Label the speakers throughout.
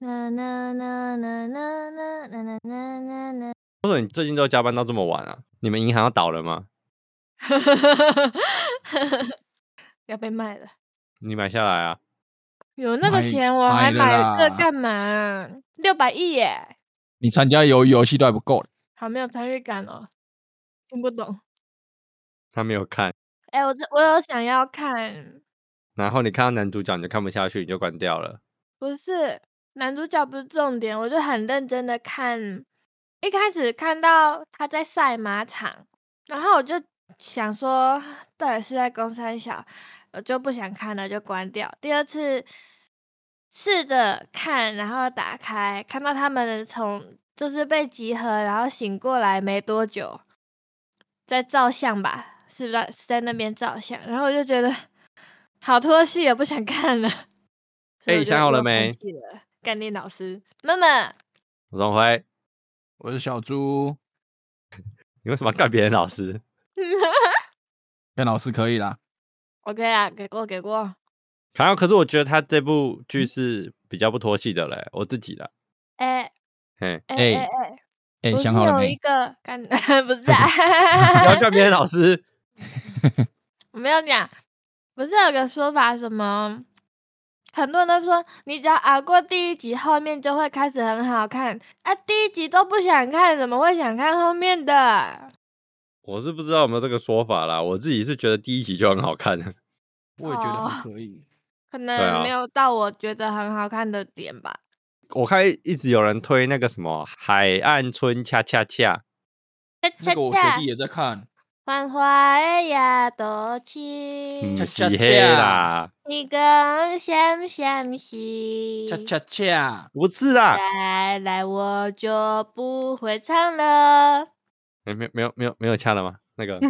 Speaker 1: 啦啦啦啦啦啦啦啦啦啦 啦。
Speaker 2: 或者你最近都加班到这么晚啊？你们银行要倒了吗？
Speaker 1: 要被卖了。
Speaker 2: 你买下来啊？
Speaker 1: 有那个
Speaker 3: 买
Speaker 1: 钱，我还
Speaker 3: 买
Speaker 1: 买
Speaker 3: 了
Speaker 1: 了这
Speaker 3: 啦
Speaker 1: 个干嘛？六百亿耶！
Speaker 3: 你参加游游戏都还不够嘞，
Speaker 1: 好没有参与感哦，听不懂。
Speaker 2: 他没有看，
Speaker 1: 哎、我这我有想要看，
Speaker 2: 然后你看到男主角你就看不下去，你就关掉了。
Speaker 1: 不是男主角不是重点，我就很认真的看。一开始看到他在赛马场，然后我就想说，到底是在公山小，我就不想看了，就关掉。第二次试着看，然后打开，看到他们从就是被集合，然后醒过来没多久，在照相吧，是不是是在那边照相？然后我就觉得好拖戏，也不想看了。所以
Speaker 2: 哎
Speaker 1: 我
Speaker 2: 你
Speaker 1: 就
Speaker 2: 想好
Speaker 1: 我
Speaker 2: 了
Speaker 1: 放
Speaker 2: 没
Speaker 1: 弃了？干练老师，妈妈，
Speaker 2: 我总辉，
Speaker 3: 我是小猪，
Speaker 2: 你为什么要干别人老师？
Speaker 3: 跟老师可以啦。
Speaker 1: 我可以啊，给过给过。
Speaker 2: 然后可是我觉得他这部剧是比较不拖戏的嘞，我自己的。
Speaker 1: 哎
Speaker 2: 嘿，
Speaker 1: 哎
Speaker 3: 哎
Speaker 1: 哎哎，
Speaker 3: 哎、
Speaker 1: 不是
Speaker 3: 想好了
Speaker 1: 有一
Speaker 3: 没？
Speaker 1: 个干， 不是、啊
Speaker 2: 不要干别人老师。
Speaker 1: 我没有讲，不是有个说法什么？很多人都说，你只要熬过第一集，后面就会开始很好看。啊，第一集都不想看，怎么会想看后面的？
Speaker 2: 我是不知道有没有这个说法啦，我自己是觉得第一集就很好看了。
Speaker 3: 我也觉得很可以。
Speaker 1: 可
Speaker 2: 啊
Speaker 1: 能没有到我觉得很好看的点吧。
Speaker 2: 我看一直有人推那个什么《海岸村恰恰恰》，
Speaker 1: 恰
Speaker 3: 这
Speaker 1: 恰
Speaker 3: 个我学
Speaker 1: 恰
Speaker 3: 弟，也在看，
Speaker 1: 繁华的夜多情，
Speaker 2: 嗯，
Speaker 3: 恰恰
Speaker 2: 是黑
Speaker 3: 恰
Speaker 2: 啦，
Speaker 1: 你更想想是。
Speaker 3: 恰恰恰，
Speaker 2: 不是啦，
Speaker 1: 再来我就不会唱了。
Speaker 2: 哎，没有没有没有没有恰了吗？那
Speaker 3: 嗯
Speaker 2: 个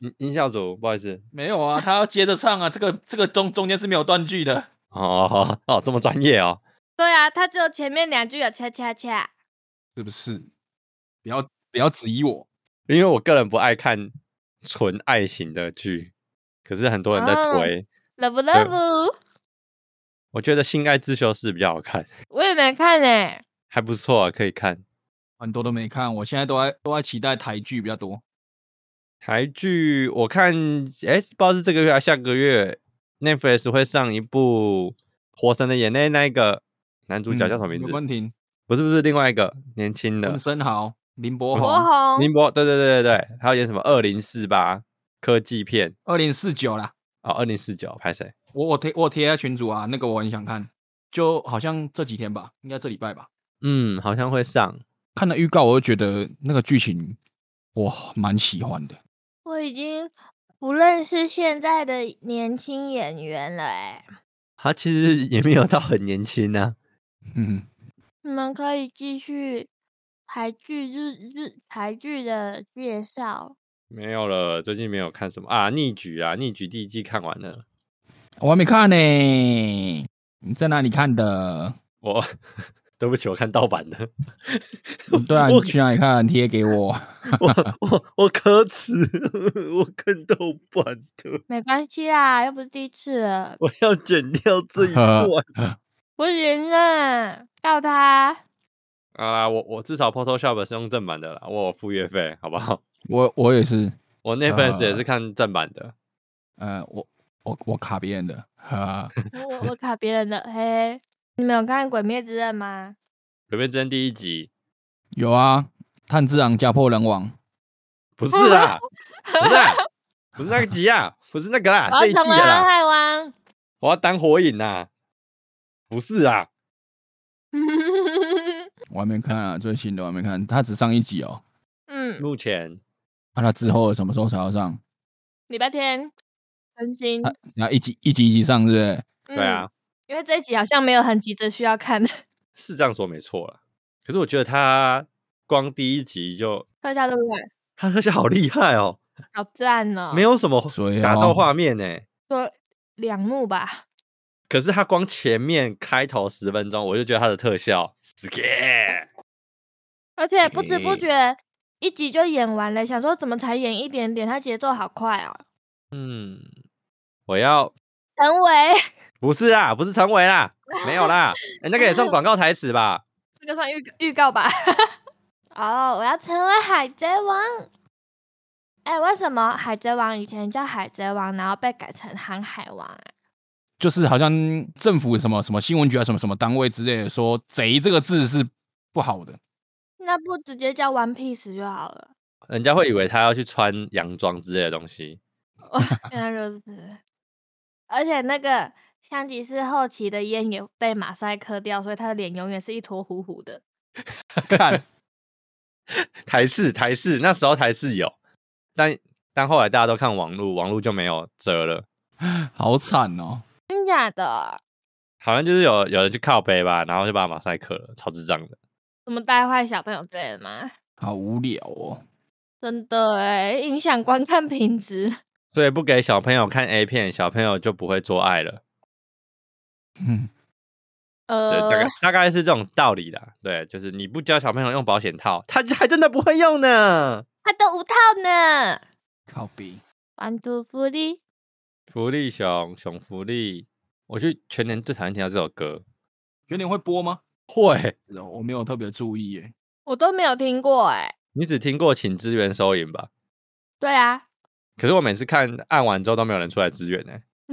Speaker 2: 音音效组，不好意思，
Speaker 3: 没有啊，他要接着唱啊，这个这个中中间是没有断句的。
Speaker 2: 哦哦哦，这么专业哦，
Speaker 1: 对啊，他只有前面两句有恰恰恰。
Speaker 3: 是不是？不要不要质疑我，
Speaker 2: 因为我个人不爱看纯爱情的剧，可是很多人在
Speaker 1: 哦
Speaker 2: 推，
Speaker 1: Love Love，
Speaker 2: 我觉得《性爱自修室》比较好看，
Speaker 1: 我也没看呢、
Speaker 2: 还不错、啊，可以看。
Speaker 3: 很多都没看，我现在都在都在期待台剧比较多。
Speaker 2: 台剧我看，哎、不知道是这个月还是下个月，Netflix 会上一部《火神的眼泪》，那一个男主角叫什么名字？
Speaker 3: 刘冠廷、
Speaker 2: 不是不是，另外一个年轻的
Speaker 3: 温升豪、林
Speaker 2: 哦
Speaker 3: 柏
Speaker 1: 火
Speaker 3: 宏，
Speaker 1: 红
Speaker 2: 林博，对对对对对，他有演什么《二零四八》科技片
Speaker 3: 二零四九啦。
Speaker 2: 哦，《二零四九》拍谁？
Speaker 3: 我我贴我贴在群主啊，那个我很想看，就好像这几天吧，应该这礼拜吧。
Speaker 2: 嗯，好像会上。
Speaker 3: 看了预告，我就觉得那个剧情哇，蛮喜欢的。
Speaker 1: 我已经不认识现在的年轻演员了哎、
Speaker 2: 他其实也没有到很年轻啊，
Speaker 3: 嗯，
Speaker 1: 你们可以继续台剧日日台剧的介绍。
Speaker 2: 没有了，最近没有看什么啊，《逆局》啊，《逆局》第一季看完了。
Speaker 3: 我还没看呢、你在哪里 看的？
Speaker 2: 我对不起，我看盗版的，
Speaker 3: 嗯对啊，你
Speaker 2: 我
Speaker 3: 去哪里看？贴给我。
Speaker 2: 我我我可耻，我看盗版的，
Speaker 1: 没关系啦，又不是第一次了，
Speaker 2: 我要剪掉这一段。
Speaker 1: 不行啊，告 他。
Speaker 2: 啊，我我至少 Photoshop 是用正版的啦，我有付月费，好不好？
Speaker 3: 我我也是，
Speaker 2: 我 Netflix 也
Speaker 3: 呃
Speaker 2: 是看正版的，
Speaker 3: 呃，我我我卡别人的，哈，
Speaker 1: 我我我卡别人的，嘿，你们有看《鬼灭之刃》吗？
Speaker 2: 《鬼灭之刃》第一 集
Speaker 3: 有啊，炭治郎家破人亡，
Speaker 2: 不是啦，不是 啦，不是那个集啊，不是那个啦，
Speaker 1: 我
Speaker 2: 这一
Speaker 1: 要
Speaker 2: 季
Speaker 1: 成为
Speaker 2: 的
Speaker 1: 航
Speaker 2: 啦，
Speaker 1: 啊海王。
Speaker 2: 我要当火影啦，不是啊，
Speaker 3: 我还没看啊，最新的我还没看，他只上一集哦，
Speaker 1: 嗯，
Speaker 2: 目前
Speaker 3: 那、他之后什么时候才要上？
Speaker 1: 礼拜天更新。
Speaker 3: 他然后一集一集一集上是不是？
Speaker 1: 对
Speaker 2: 对啊，，
Speaker 1: 因为这一集好像没有很急着需要看，
Speaker 2: 是这样说没错啦。可是我觉得他光第一集就
Speaker 1: 特效都不看，
Speaker 2: 他 特效好厉害哦，
Speaker 1: 好赞哦。
Speaker 2: 没有什么
Speaker 3: 所以
Speaker 2: 打
Speaker 3: 哦
Speaker 2: 到画面呢、
Speaker 1: 说两幕吧，
Speaker 2: 可是他光前面开头十分钟，我就觉得他的特效 scare
Speaker 1: 而且不知不
Speaker 3: 诶
Speaker 1: 觉一集就演完了，想说怎么才演一点点，它节奏好快哦。
Speaker 2: 嗯，我要
Speaker 1: 成为
Speaker 2: 不是啊，不是成为啦，没有啦，哎、那个也算广告台词吧？
Speaker 1: 这个算预预告吧？ 哦，我要成为海贼王。哎，为什么海贼王以前叫海贼王，然后被改成航海王啊？
Speaker 3: 就是好像政府什么什么新闻局啊，什么什么单位之类的说“贼”这个字是不好的。
Speaker 1: 那不直接叫 One Piece 就好了。
Speaker 2: 人家会以为他要去穿洋装之类的东西。
Speaker 1: 原来如此。而且那个香吉士后期的烟也被马赛克掉，所以他的脸永远是一坨糊糊的。
Speaker 3: 看，
Speaker 2: 台式台式那时候台式有，但但后来大家都看网络，网络就没有遮了。
Speaker 3: 好惨哦！
Speaker 1: 真假的？
Speaker 2: 好像就是有有人去靠背吧，然后就把马赛克了，超智障的。
Speaker 1: 什么带坏小朋友之类的吗？
Speaker 3: 好无聊哦。
Speaker 1: 真的哎，影响观看品质。
Speaker 2: 所以不给小朋友看 A 片，小朋友就不会做爱了。
Speaker 3: 嗯，
Speaker 2: 对，大
Speaker 1: 呃
Speaker 2: 概，大概是这种道理的。对，就是你不教小朋友用保险套，他还真的不会用呢。
Speaker 1: 他都五套呢。
Speaker 3: 靠背。
Speaker 1: 玩主福利，
Speaker 2: 福利熊，熊福利，我去全年最讨厌听到这首歌。
Speaker 3: 有点会播吗？
Speaker 2: 会，
Speaker 3: 是哦我没有特别注意 耶。
Speaker 1: 我都没有听过哎。
Speaker 2: 你只听过请支援收银吧？
Speaker 1: 对啊，
Speaker 2: 可是我每次看按完之后都没有人出来支援呢、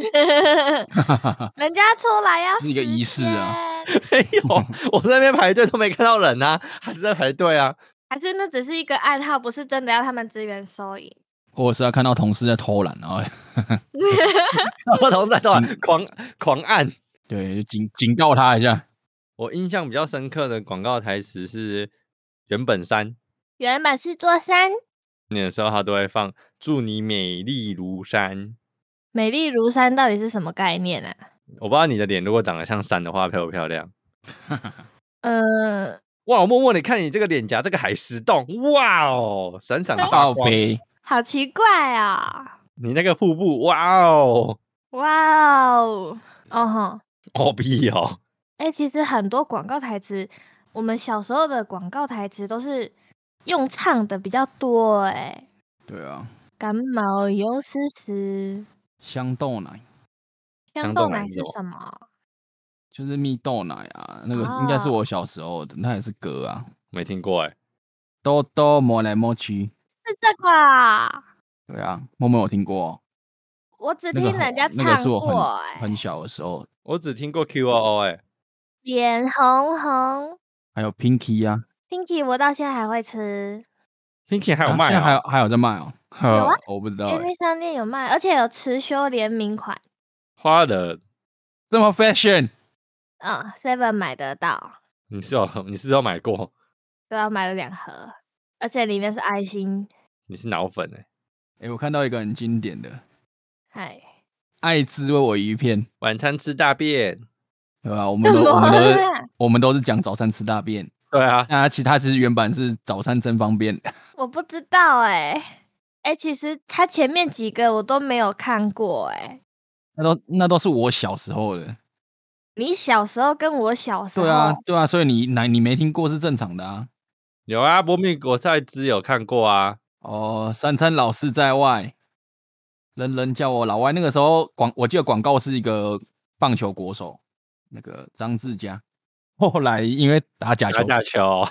Speaker 1: 人家出来要
Speaker 3: 是一个仪式啊
Speaker 1: 啊，
Speaker 2: 没有，我在那边排队都没看到人啊，还是在排队啊。
Speaker 1: 还是那只是一个暗号，不是真的要他们支援收银。
Speaker 3: 或者是要看到同事在偷懒，然后
Speaker 2: 我同事在狂狂按。
Speaker 3: 对，就警警告他一下。
Speaker 2: 我印象比较深刻的广告台词是原本山
Speaker 1: 原本是座山，
Speaker 2: 念的时候，他都会放“祝你美丽如山
Speaker 1: 美丽如山到底是什么概念啊？”。
Speaker 2: 我不知道你的脸如果长得像山的话，漂不漂亮？
Speaker 1: 嗯，
Speaker 2: 哇，我默默你看你这个脸颊，这个海石洞，哇哦，闪闪发
Speaker 3: 靠
Speaker 2: 光。
Speaker 3: 背，
Speaker 1: 好奇怪啊、
Speaker 2: 你那个瀑布，哇哦，
Speaker 1: 哇哦，哦吼，
Speaker 2: 哦屁哦，
Speaker 1: 哎、其实很多广告台词，我们小时候的广告台词都是用唱的比较多、哎，
Speaker 3: 对啊，
Speaker 1: 感冒有丝丝，
Speaker 3: 香豆奶
Speaker 1: 香
Speaker 2: 香
Speaker 1: 豆
Speaker 2: 豆
Speaker 1: 奶
Speaker 2: 奶
Speaker 1: 是
Speaker 2: 是
Speaker 1: 什么？
Speaker 3: 就是蜜豆奶啊，那个
Speaker 1: 哦
Speaker 3: 应该是我小时候的，那也是歌啊。
Speaker 2: 没听过哎，
Speaker 3: 豆豆摸来摸去，
Speaker 1: 是这个啊，
Speaker 3: 对啊，默默有听过、哦，
Speaker 1: 我只
Speaker 3: 那个
Speaker 1: 听人家
Speaker 3: 好
Speaker 1: 唱
Speaker 3: 那个是我
Speaker 1: 过、
Speaker 3: 很
Speaker 1: 哎，
Speaker 3: 很小的时候，
Speaker 2: 我只听过 Q O O 哎，
Speaker 1: 脸红红
Speaker 3: 还有 Pinky 啊，
Speaker 1: ，Pinky 我到现在还会吃，
Speaker 2: Pinky 还有
Speaker 3: 啊
Speaker 2: 卖
Speaker 3: 现在还
Speaker 2: 啊、
Speaker 3: 有还有在卖哦，
Speaker 1: 有啊
Speaker 3: 我不知道
Speaker 1: 便
Speaker 3: 欸、
Speaker 1: 利商店有卖，而且有持修联名款。
Speaker 2: 花的，
Speaker 3: 这么 fashion，
Speaker 1: 嗯，Seven 买得到，
Speaker 2: 你是有你是有买过，
Speaker 1: 都要买了两盒，而且里面是爱心。
Speaker 2: 你是脑粉哎，
Speaker 3: 哎、我看到一个很经典的，
Speaker 1: 嗨，
Speaker 3: 爱滋喂我鱼片，
Speaker 2: 晚餐吃大便，
Speaker 3: 对吧、我们
Speaker 1: 怎
Speaker 3: 都我
Speaker 1: 么啊
Speaker 3: 们都是
Speaker 1: 啦？
Speaker 3: 我们都是讲早餐吃大便，
Speaker 2: 对啊，
Speaker 3: 那其他其实原版是早餐真方便，
Speaker 1: 我不知道哎、哎、其实它前面几个我都没有看过哎、
Speaker 3: 那都那都是我小时候的。
Speaker 1: 你小时候跟我小时候，
Speaker 3: 对啊，对啊，所以你那你没听过是正常的啊。
Speaker 2: 有啊，波蜜果菜汁有看过啊，
Speaker 3: 哦，三餐老是在外，人人叫我老外。那个时候广，我记得广告是一个棒球国手，那个张志佳。后来因为打假
Speaker 2: 打
Speaker 3: 球
Speaker 2: 假球，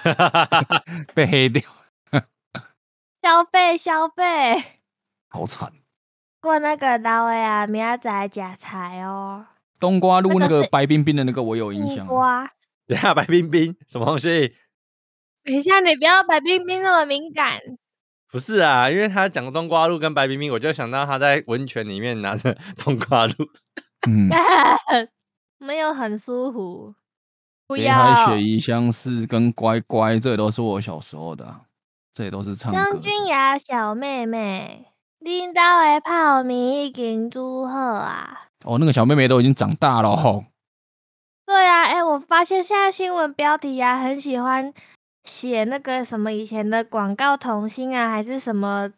Speaker 3: 被黑掉，
Speaker 1: 消费消费，
Speaker 3: 好惨。
Speaker 1: 过那个老的啊，明仔载假财哦，
Speaker 3: 冬瓜
Speaker 1: 那
Speaker 3: 路
Speaker 1: 个
Speaker 3: 那个
Speaker 1: 是
Speaker 3: 白冰冰的那个我有印
Speaker 1: 木
Speaker 3: 象啊，
Speaker 1: 瓜。
Speaker 2: 等一下白冰冰什么东西？
Speaker 1: 等一下，你不要白冰冰那么敏感。
Speaker 2: 不是啊，因为他讲冬瓜露跟白冰冰，我就想到他在温泉里面拿着 冬瓜露，
Speaker 3: 嗯，
Speaker 1: 没有很舒服，不
Speaker 3: 北海
Speaker 1: 要。
Speaker 3: 雪衣相似跟乖乖，这也都是我小时候的啊、这也都是唱歌
Speaker 1: 张
Speaker 3: 的。
Speaker 1: 君雅小妹妹，恁兜的泡面已经煮好啊。
Speaker 3: 哦，那个小妹妹都已经长大了、哦，
Speaker 1: 对啊，哎、我发现现在新闻标题啊，很喜欢写那个什么以前的广告童星啊，还是什么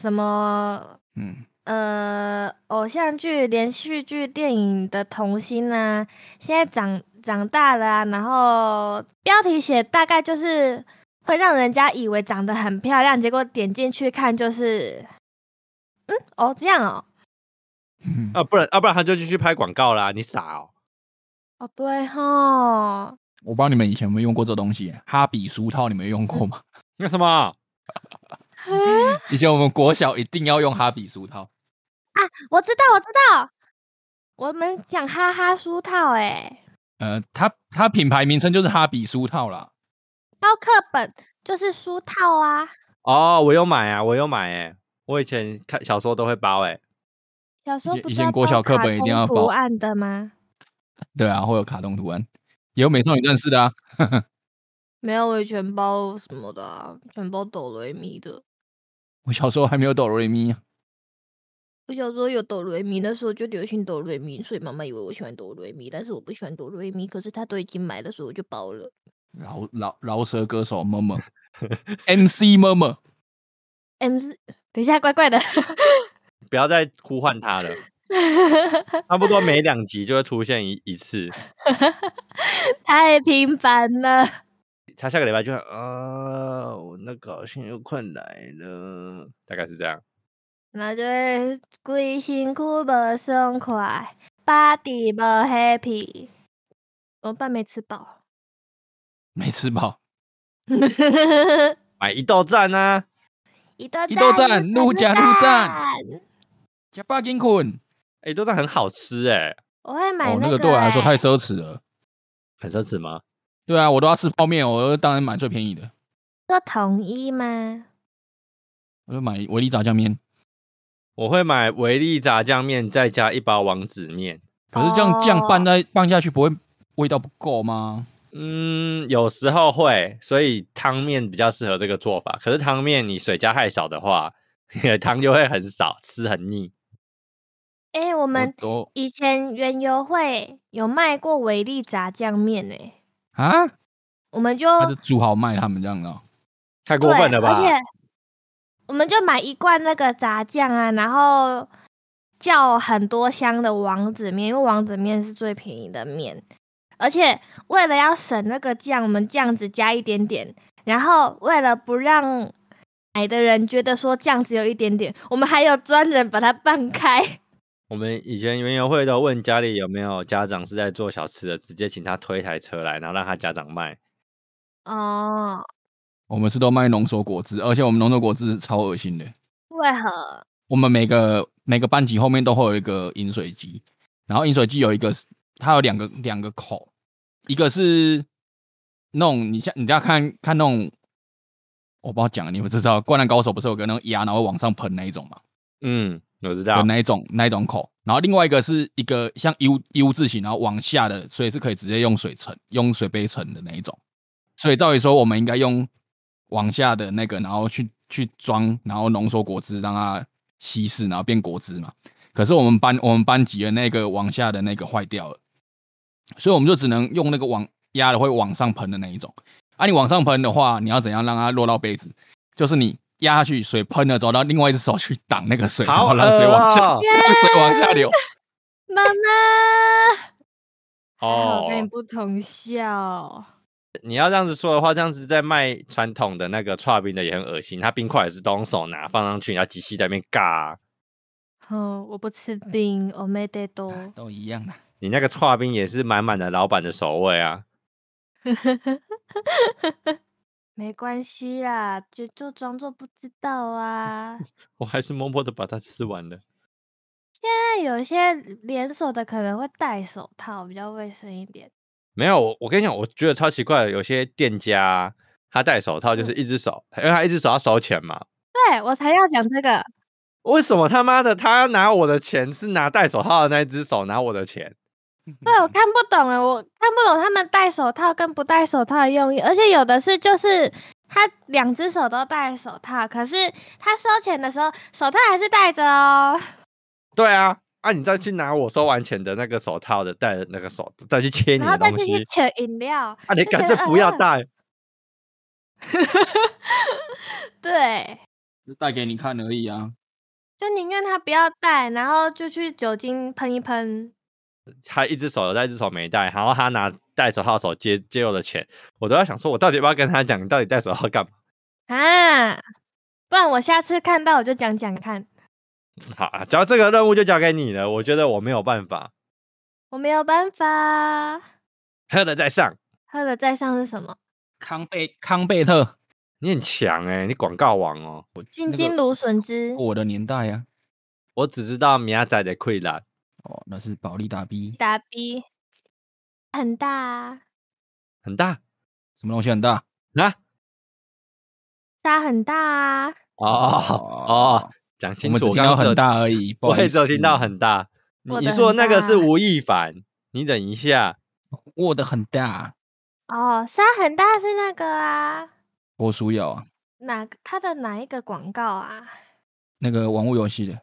Speaker 1: 什么
Speaker 3: 嗯。
Speaker 1: 呃偶像剧、连续剧、电影的童星啊，现在长长大了啊，然后标题写大概就是会让人家以为长得很漂亮，结果点进去看就是，嗯，哦，这样哦，
Speaker 2: 啊，不然啊，不然他就继续拍广告啦，你傻哦。
Speaker 1: 哦，对哈，
Speaker 3: 我不知道你们以前有没有用过这东西，哈比书套，你们有用过吗？
Speaker 2: 那什么？
Speaker 3: 以前我们国小一定要用哈比书套，
Speaker 1: 我知道，我知道，我们讲哈哈书套、欸，
Speaker 3: 呃，它它品牌名称就是哈比书套啦。
Speaker 1: 包课本就是书套啊。
Speaker 2: 哦，我有买啊，我有买哎、我以前看小说都会包哎、
Speaker 1: 小时候
Speaker 3: 前
Speaker 1: 不
Speaker 3: 以
Speaker 1: 是
Speaker 3: 前
Speaker 1: 要
Speaker 3: 国
Speaker 1: 包
Speaker 3: 小课
Speaker 1: 卡
Speaker 3: 本一定
Speaker 1: 通
Speaker 3: 要
Speaker 1: 图
Speaker 3: 包
Speaker 1: 案的吗？
Speaker 3: 对啊，会有卡通图案，也有美少女战士的啊。
Speaker 1: 没有，我也全包什么的、啊，全包哆瑞咪的。
Speaker 3: 我小时候还没有哆瑞咪啊，
Speaker 1: 我小时候有哆瑞咪，那时候就流行哆瑞咪，所以妈妈以为我喜欢哆瑞咪，但是我不喜欢哆瑞咪，可是她都已经买了，所以我就包了。
Speaker 3: 饶饶饶舌歌手么么，MC 么么，
Speaker 1: M 哎是等一下，怪怪的。
Speaker 2: 不要再呼唤它了。差不多每两集就会出现一一次，
Speaker 1: 太频繁了。
Speaker 2: 他下个礼拜就会哦，我那个好像又快来了，大概是这样。
Speaker 1: 然后就会规身躯无爽快，body 无 happy。怎么办？没吃饱。
Speaker 3: 没吃饱，
Speaker 2: 买一道站啊，
Speaker 1: 一豆
Speaker 3: 一豆
Speaker 1: 赞
Speaker 3: 赞陆家陆赞加巴金困。
Speaker 2: 哎、一道站很好吃哎、
Speaker 1: 我会买
Speaker 3: 哦，
Speaker 1: 那
Speaker 3: 那
Speaker 1: 个、
Speaker 3: 个对我来说
Speaker 1: 欸
Speaker 3: 太奢侈了。
Speaker 2: 很奢侈吗？
Speaker 3: 对啊，我都要吃泡面，我当然买最便宜的，
Speaker 1: 说统一吗？
Speaker 3: 我就买维力炸酱面。
Speaker 2: 我会买维力炸酱面，再加一包王子面。
Speaker 3: 可是这样酱拌
Speaker 1: 哦
Speaker 3: 在拌下去，不会味道不够吗？
Speaker 2: 嗯，有时候会，所以汤面比较适合这个做法。可是汤面你水加太少的话， 你的汤就会很少，吃很腻。
Speaker 1: 哎、
Speaker 2: 哦
Speaker 1: 我
Speaker 3: 我
Speaker 1: 们
Speaker 3: 都
Speaker 1: 以前园游会有卖过维力炸酱面呢，
Speaker 3: 啊，
Speaker 1: 我们就
Speaker 3: 他是煮好卖他们这样的哦、
Speaker 2: 太
Speaker 1: 对，
Speaker 2: 过分了吧
Speaker 1: 而？且我们就买一罐那个炸酱啊，然后叫很多箱的王子面，因为王子面是最便宜的面。而且为了要省那个酱，我们酱只加一点点，然后为了不让买的人觉得说酱只有一点点，我们还有专人把它拌开。
Speaker 2: 我们以前园游会都问家里有没有家长是在做小吃的，直接请他推一台车来，然后让他家长卖。
Speaker 1: 哦，
Speaker 3: 我们是都卖浓缩果汁，而且我们浓缩果汁是超恶心的。
Speaker 1: 为何？
Speaker 3: 我们每个每个班级后面都会有一个饮水机，然后饮水机有一个是，它有两个两个口，一个是那种你像你要看看那种，我不知道讲你们知道，《灌篮高手》不是有个那种压然后往上喷那一种嘛？
Speaker 2: 嗯，我知
Speaker 3: 的
Speaker 2: 道。
Speaker 3: 那一种那一种口，然后另外一个是一个像 U U 字形，然后往下的，所以是可以直接用水盛，用水杯盛的那一种。所以照理说，我们应该用往下的那个，然后去去装，然后浓缩果汁，让它稀释，然后变果汁嘛。可是我们班我们班级的那个往下的那个坏掉了，所以我们就只能用那个往压的会往上喷的那一种。啊，你往上喷的话，你要怎样让它落到杯子？就是你压下去，水喷了之后，然后另外一只手去挡那个水，然
Speaker 2: 好
Speaker 3: 后
Speaker 2: 恶
Speaker 3: 让水往下，
Speaker 2: 哦！
Speaker 3: 让水往下流。
Speaker 1: 妈妈，好跟你
Speaker 2: 哦，
Speaker 1: 不同笑。
Speaker 2: 你要这样子说的话，这样子在卖传统的那个串冰的也很恶心，它冰块也是都用手拿放上去，然后机器在那边尬啊、
Speaker 1: 哼，我不吃
Speaker 2: 嗯
Speaker 1: 冰，我没 得多。
Speaker 3: 都一样啦。
Speaker 2: 你那个串冰也是满满的老板的手味啊。
Speaker 1: 没关系啦，就就装作不知道啊。
Speaker 2: 我还是默默的把它吃完了。
Speaker 1: 那有些连锁的可能会戴手套，比较卫生一点。
Speaker 2: 没有，我我跟你讲，我觉得超奇怪的，有些店家啊他戴手套
Speaker 1: 嗯
Speaker 2: 就是一只手，因为他一只手要收钱嘛。
Speaker 1: 对我才要讲这个，
Speaker 2: 嗯为什么他妈的他拿我的钱是拿戴手套的那一只手拿我的钱？
Speaker 1: 对啊
Speaker 3: 嗯
Speaker 2: 嗯
Speaker 1: 我看不懂了，我看不懂他们戴手套跟不戴手套的用意，而且有的是就是他两只手都戴手套，可是他收钱的时候手套还是戴着哦。
Speaker 2: 对啊，啊，你再去拿我收完钱的那个手套的戴的那个手，再去切你
Speaker 1: 然后
Speaker 2: 的
Speaker 1: 再
Speaker 2: 东
Speaker 1: 继
Speaker 2: 西
Speaker 1: 续，扯饮料，
Speaker 2: 啊，你
Speaker 1: 就
Speaker 2: 干
Speaker 1: 觉
Speaker 2: 脆
Speaker 1: 得
Speaker 2: 不要
Speaker 1: 呃
Speaker 2: 戴。
Speaker 1: 对，
Speaker 3: 就带给你看而已啊。
Speaker 1: 就宁愿他不要戴，然后就去酒精喷一喷。
Speaker 2: 他一只手有戴，一只手没戴，然后他拿戴手套的手接接我的钱，我都在想说，我到底要不要跟他讲，你到底戴手套干嘛？
Speaker 1: 啊，不然我下次看到我就讲讲看。
Speaker 2: 好啊，只要这个任务就交给你了，我觉得我没有办法。
Speaker 1: 我没有办法。
Speaker 2: 喝了再上。
Speaker 1: 喝了再上是什么？
Speaker 3: 康贝康贝特，
Speaker 2: 你很强哎、你广告王哦！
Speaker 1: 金金芦笋汁、
Speaker 3: 我的年代啊，
Speaker 2: 我只知道米亚仔的溃烂，
Speaker 3: 哦，那是保利达 B，
Speaker 1: 打 B，很大、啊，
Speaker 2: 很大
Speaker 3: 什么东西很大？
Speaker 2: 啊！
Speaker 1: 沙很大啊，
Speaker 2: 哦哦，，讲
Speaker 3: 我
Speaker 2: 清
Speaker 3: 们
Speaker 2: 楚，
Speaker 3: 只
Speaker 2: 我
Speaker 3: 听
Speaker 2: 刚刚
Speaker 3: 到
Speaker 2: 只有
Speaker 3: 很，大而已，不
Speaker 2: 我
Speaker 3: 好
Speaker 2: 也
Speaker 3: 意
Speaker 2: 只有
Speaker 3: 思，
Speaker 2: 听到很大。你
Speaker 1: 我
Speaker 2: 你
Speaker 1: 的
Speaker 2: 说
Speaker 1: 很
Speaker 2: 那个是
Speaker 1: 大
Speaker 2: 吴亦凡，你忍一下。
Speaker 3: 我的很大，啊
Speaker 1: 哦，沙很大是那个啊，
Speaker 3: 郭书瑶啊，
Speaker 1: 哪个他的哪一个广告啊？
Speaker 3: 那个网络游戏的，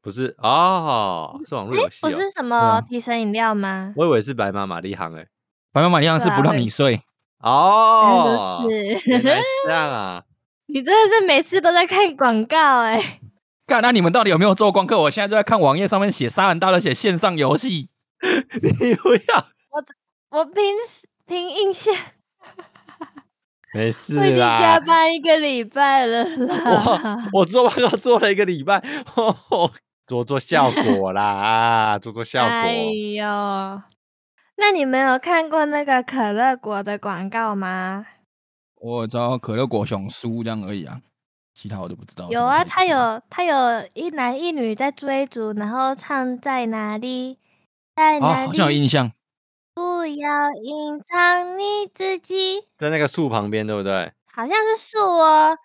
Speaker 2: 不是哦，是网络游戏、
Speaker 1: 不
Speaker 2: 哦，
Speaker 1: 是什
Speaker 3: 啊
Speaker 1: 么提神饮料吗？
Speaker 2: 我以为是白马玛丽行哎、
Speaker 3: 白马玛丽上是
Speaker 1: 对啊
Speaker 3: 不让
Speaker 1: 会
Speaker 3: 你睡，
Speaker 2: 哦，
Speaker 1: 真的
Speaker 2: 原来
Speaker 1: 是，
Speaker 2: 是这样 啊！
Speaker 1: 你真的是每次都在看广告哎、
Speaker 3: 干，那你们到底有没有做功课？我现在就在看网页上面写沙很大的写线上游戏，
Speaker 2: 你不要，
Speaker 1: 我凭凭印象，
Speaker 2: 没事
Speaker 1: 我已经加
Speaker 2: 啦。
Speaker 1: 班一个礼拜了
Speaker 2: 哇
Speaker 1: 啦。
Speaker 2: 我做报告做了一个礼拜，做做效果啦，啊，做做效果。
Speaker 1: 哎呦，那你们有看过那个可乐果的广告吗？
Speaker 3: 我知道可乐果熊书这样而已啊，其他我都不知道。
Speaker 1: 有啊，他
Speaker 3: 他
Speaker 1: 有他有一男一女在追逐，然后唱在哪里，在
Speaker 3: 啊，
Speaker 1: 哪
Speaker 3: 好像有
Speaker 1: 里，
Speaker 3: 印象。
Speaker 1: 不要隐藏你自己，
Speaker 2: 在那个树旁边，对不对？
Speaker 1: 好像是树哦，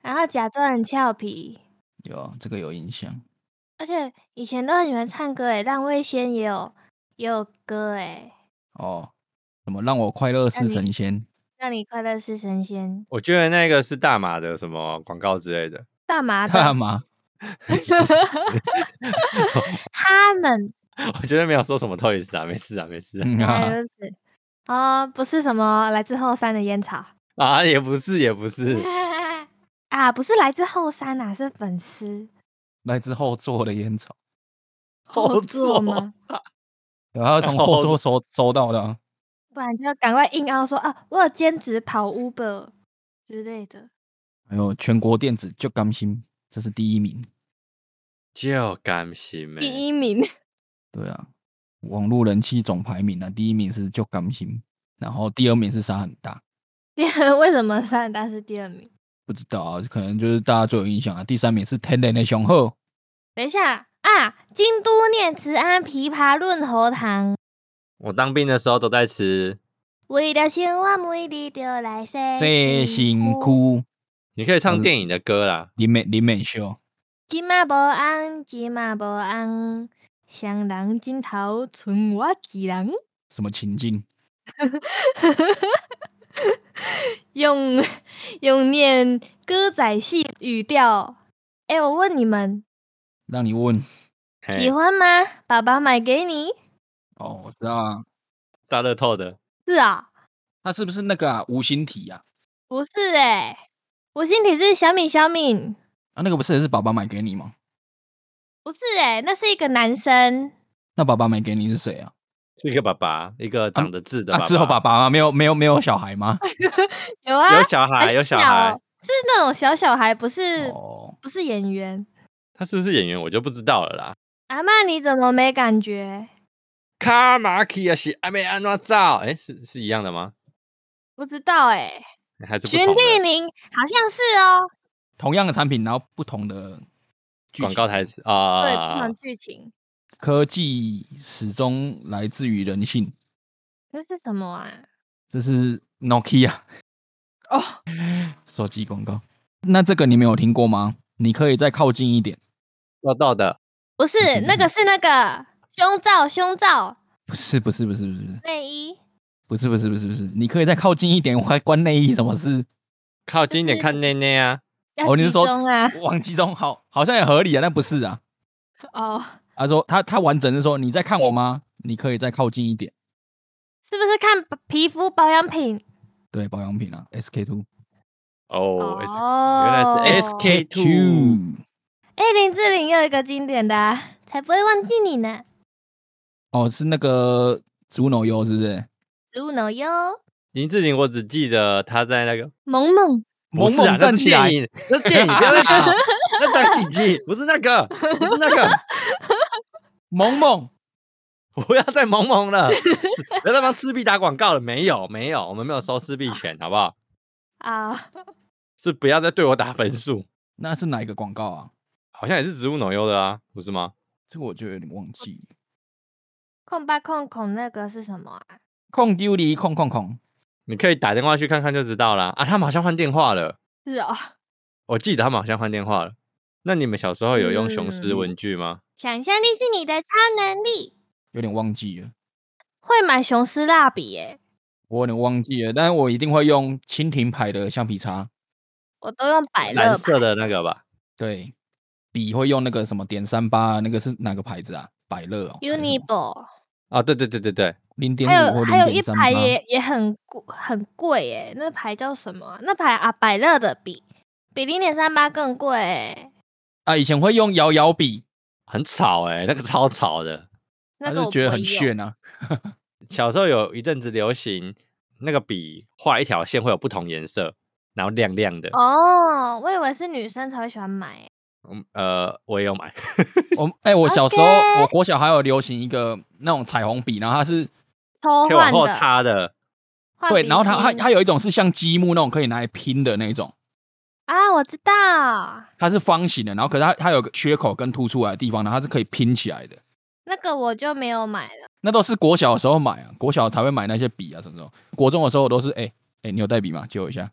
Speaker 1: 然后假装很俏皮，
Speaker 3: 有这个有印象，
Speaker 1: 而且以前都很喜欢唱歌诶，浪味仙也有也有歌欸诶，
Speaker 3: 哦，什么让我快乐
Speaker 1: 那
Speaker 3: 是
Speaker 1: 你
Speaker 3: 神仙？
Speaker 1: 让你快乐是神仙，
Speaker 2: 我觉得那个是大马的什么广告 之类的。
Speaker 1: 大麻
Speaker 3: 大
Speaker 1: 的
Speaker 3: 麻
Speaker 1: 他们
Speaker 2: 我觉得没有说什么 Toys 啊，没事啊，没事啊，
Speaker 3: 嗯
Speaker 1: 还
Speaker 3: 啊，
Speaker 1: 有是哦，不是什么来自后山的烟草
Speaker 2: 啊也不是，也 不是。
Speaker 1: 啊，不是来自后山啊，是粉丝
Speaker 3: 来自后座的烟草，
Speaker 2: 后座
Speaker 1: 座吗？
Speaker 3: 然后从后座收收到的啊。
Speaker 1: 不然就赶快硬凹说啊，我有兼职跑 Uber 之类的。
Speaker 3: 还有全国电子就甘心，这是第一名。
Speaker 2: 就欸甘心
Speaker 1: 第
Speaker 2: 没
Speaker 1: 一名，
Speaker 3: 对啊，网络人气总排名啊，第一名是就甘心，然后第二名是沙很大，
Speaker 1: 第二 为什么三大是第二名？
Speaker 3: 不知道啊，可能就是大家最有印象啊。第三名是天然的雄厚，
Speaker 1: 等一下啊，京都念慈庵枇杷润喉糖，
Speaker 2: 我当兵的时候都在吃，
Speaker 1: 为了生活每日就来洗
Speaker 3: 最辛。苦
Speaker 2: 你可以唱
Speaker 3: 嗯
Speaker 2: 电影的歌啦。
Speaker 3: 林美林美秀，
Speaker 1: 今嘛无安，今嘛无安，双人枕头剩我一人，
Speaker 3: 什么情境？
Speaker 1: 用 用念歌仔戏语调。哎、我问你们，
Speaker 3: 让你问
Speaker 2: 嘿
Speaker 1: 喜欢吗？爸爸买给你。
Speaker 3: 哦，我知道啊，
Speaker 2: 大乐透的，
Speaker 1: 是啊、
Speaker 3: 他是不是那个啊无心体啊？
Speaker 1: 不是哎、五星体是小米小敏，
Speaker 3: 啊，那个不是也是爸爸买给你吗？
Speaker 1: 不是哎、那是一个男生，
Speaker 3: 那爸爸买给你是谁啊？
Speaker 2: 是一个爸爸，一个长得智的爸
Speaker 3: 啊，之后爸爸吗？没有没有没有小孩吗？
Speaker 1: 有啊，
Speaker 2: 有小孩，
Speaker 1: 很哦
Speaker 2: 有小孩，
Speaker 1: 是那种小小孩，不是、
Speaker 3: 哦，
Speaker 1: 不是演员。
Speaker 2: 他是不是演员我就不知道了啦。
Speaker 1: 阿妈，你怎么没感觉？
Speaker 2: 卡马基啊，是阿美安怎照？哎，是是一样的吗？
Speaker 1: 不知道哎、
Speaker 2: 还是不
Speaker 1: 寻
Speaker 2: 同
Speaker 1: 地
Speaker 2: 的
Speaker 1: 宁好像是哦，
Speaker 3: 同样的产品，然后不同的剧
Speaker 2: 广
Speaker 3: 情
Speaker 2: 告台词
Speaker 1: 对，
Speaker 2: 啊
Speaker 1: 不？同剧情。
Speaker 3: 科技始终来自于人性，
Speaker 1: 这是什么啊？
Speaker 3: 这是 Nokia
Speaker 1: 哦，
Speaker 3: 手机广告。那这个你们有听过吗？你可以再靠近一点，
Speaker 2: 豆豆的
Speaker 1: 不是，那 个是那个胸罩，胸罩
Speaker 3: 不是不是不是不是
Speaker 1: 内衣，
Speaker 3: 不是不是不是不是，你可以再靠近一点，我还关内衣什么事？
Speaker 2: 靠近一点
Speaker 1: 就是
Speaker 2: 看内内啊，
Speaker 1: 要
Speaker 3: 哦你
Speaker 1: 集
Speaker 3: 是说
Speaker 1: 中啊。
Speaker 3: 往集中好，好像也合理啊，但不是啊。
Speaker 1: 哦，
Speaker 3: 他说他他完整是说你在看我吗？你可以再靠近一点。
Speaker 1: 是不是看皮肤保养品？
Speaker 3: 对，保养品啊，SK two
Speaker 2: 哦，S- 原来
Speaker 1: 哦，
Speaker 2: 是 SK two，
Speaker 1: 哎，林志玲又有一个经典的啊、才不会忘记你呢。
Speaker 3: 哦，是那个猪脑油是不是？
Speaker 1: Luno 哟，
Speaker 2: 林志玲，我只记得他在那个
Speaker 1: 萌萌，
Speaker 2: 不
Speaker 3: 萌
Speaker 2: 是啊
Speaker 3: 萌
Speaker 2: 那
Speaker 3: 站
Speaker 2: 是
Speaker 3: 起来
Speaker 2: 电，影，那是电影，不要再 吵， 那当几集？不是那个，不是那个，
Speaker 3: 萌萌
Speaker 2: 不要再萌萌了，不要再帮赤壁打广告了。没有，没有，我们没有收赤壁钱，好不好？
Speaker 1: 啊，
Speaker 2: 是不要再对我打分数，
Speaker 3: 那是哪一个广告啊？
Speaker 2: 好像也是植物奶油的啊，不是吗？
Speaker 3: 这个我就有点忘记。
Speaker 1: 控吧控控那个是什么啊？
Speaker 3: 控丢离控控控，
Speaker 2: 你可以打电话去看看就知道啦。啊，他们好像换电话了，
Speaker 1: 是哦，
Speaker 2: 我记得他们好像换电话了。那你们小时候有用雄狮
Speaker 3: 嗯
Speaker 2: 文具吗？
Speaker 1: 想象力是你的超能力。
Speaker 3: 有点忘记了，
Speaker 1: 会买雄狮蜡笔耶，
Speaker 3: 我有点忘记了，但是我一定会用蜻蜓牌的橡皮擦。
Speaker 1: 我都用百乐
Speaker 2: 蓝
Speaker 1: 吧。
Speaker 2: 色的那个吧，
Speaker 3: 对，笔会用那个什么点三八，那个是哪个牌子啊？百乐哦
Speaker 1: Unibo，
Speaker 2: 啊，对对对对对，
Speaker 3: 零点
Speaker 1: 还
Speaker 3: 五
Speaker 1: 有
Speaker 3: 或
Speaker 1: 还有
Speaker 3: 零
Speaker 1: 一
Speaker 3: 点三
Speaker 1: 排
Speaker 3: 八。
Speaker 1: 也也很贵很贵耶，那牌叫什么啊、那牌啊，百乐的笔比零点三八更贵耶，
Speaker 3: 啊，以前会用摇摇笔，
Speaker 2: 很吵哎、那个超吵的。
Speaker 1: 那
Speaker 3: 他
Speaker 1: 个我
Speaker 3: 就觉得
Speaker 1: 不
Speaker 3: 很
Speaker 1: 会用。
Speaker 3: 炫啊。
Speaker 2: 小时候有一阵子流行那个笔画一条线会有不同颜色，然后亮亮的。
Speaker 1: 哦，我以为是女生才会喜欢买耶，
Speaker 2: 嗯呃，我也有买，
Speaker 3: 我哎、我小时候
Speaker 1: OK
Speaker 3: 我国小还有流行一个那种彩虹笔，然后它是
Speaker 1: 偷
Speaker 2: 可以往
Speaker 1: 换
Speaker 2: 后
Speaker 1: 的，
Speaker 2: 插的。
Speaker 1: 换
Speaker 3: 对，
Speaker 1: 笔
Speaker 3: 然后它它
Speaker 1: 芯
Speaker 3: 它有一种是像积木那种可以拿来拼的那种，
Speaker 1: 啊，我知道
Speaker 3: 它是方形的，然后可是它它有个缺口跟凸出来的地方，然后它是可以拼起来的。
Speaker 1: 那个我就没有买了，
Speaker 3: 那都是国小的时候买啊，国小才会买那些笔啊什么什么。国中的时候我都是哎哎、你有带笔吗？借我一下。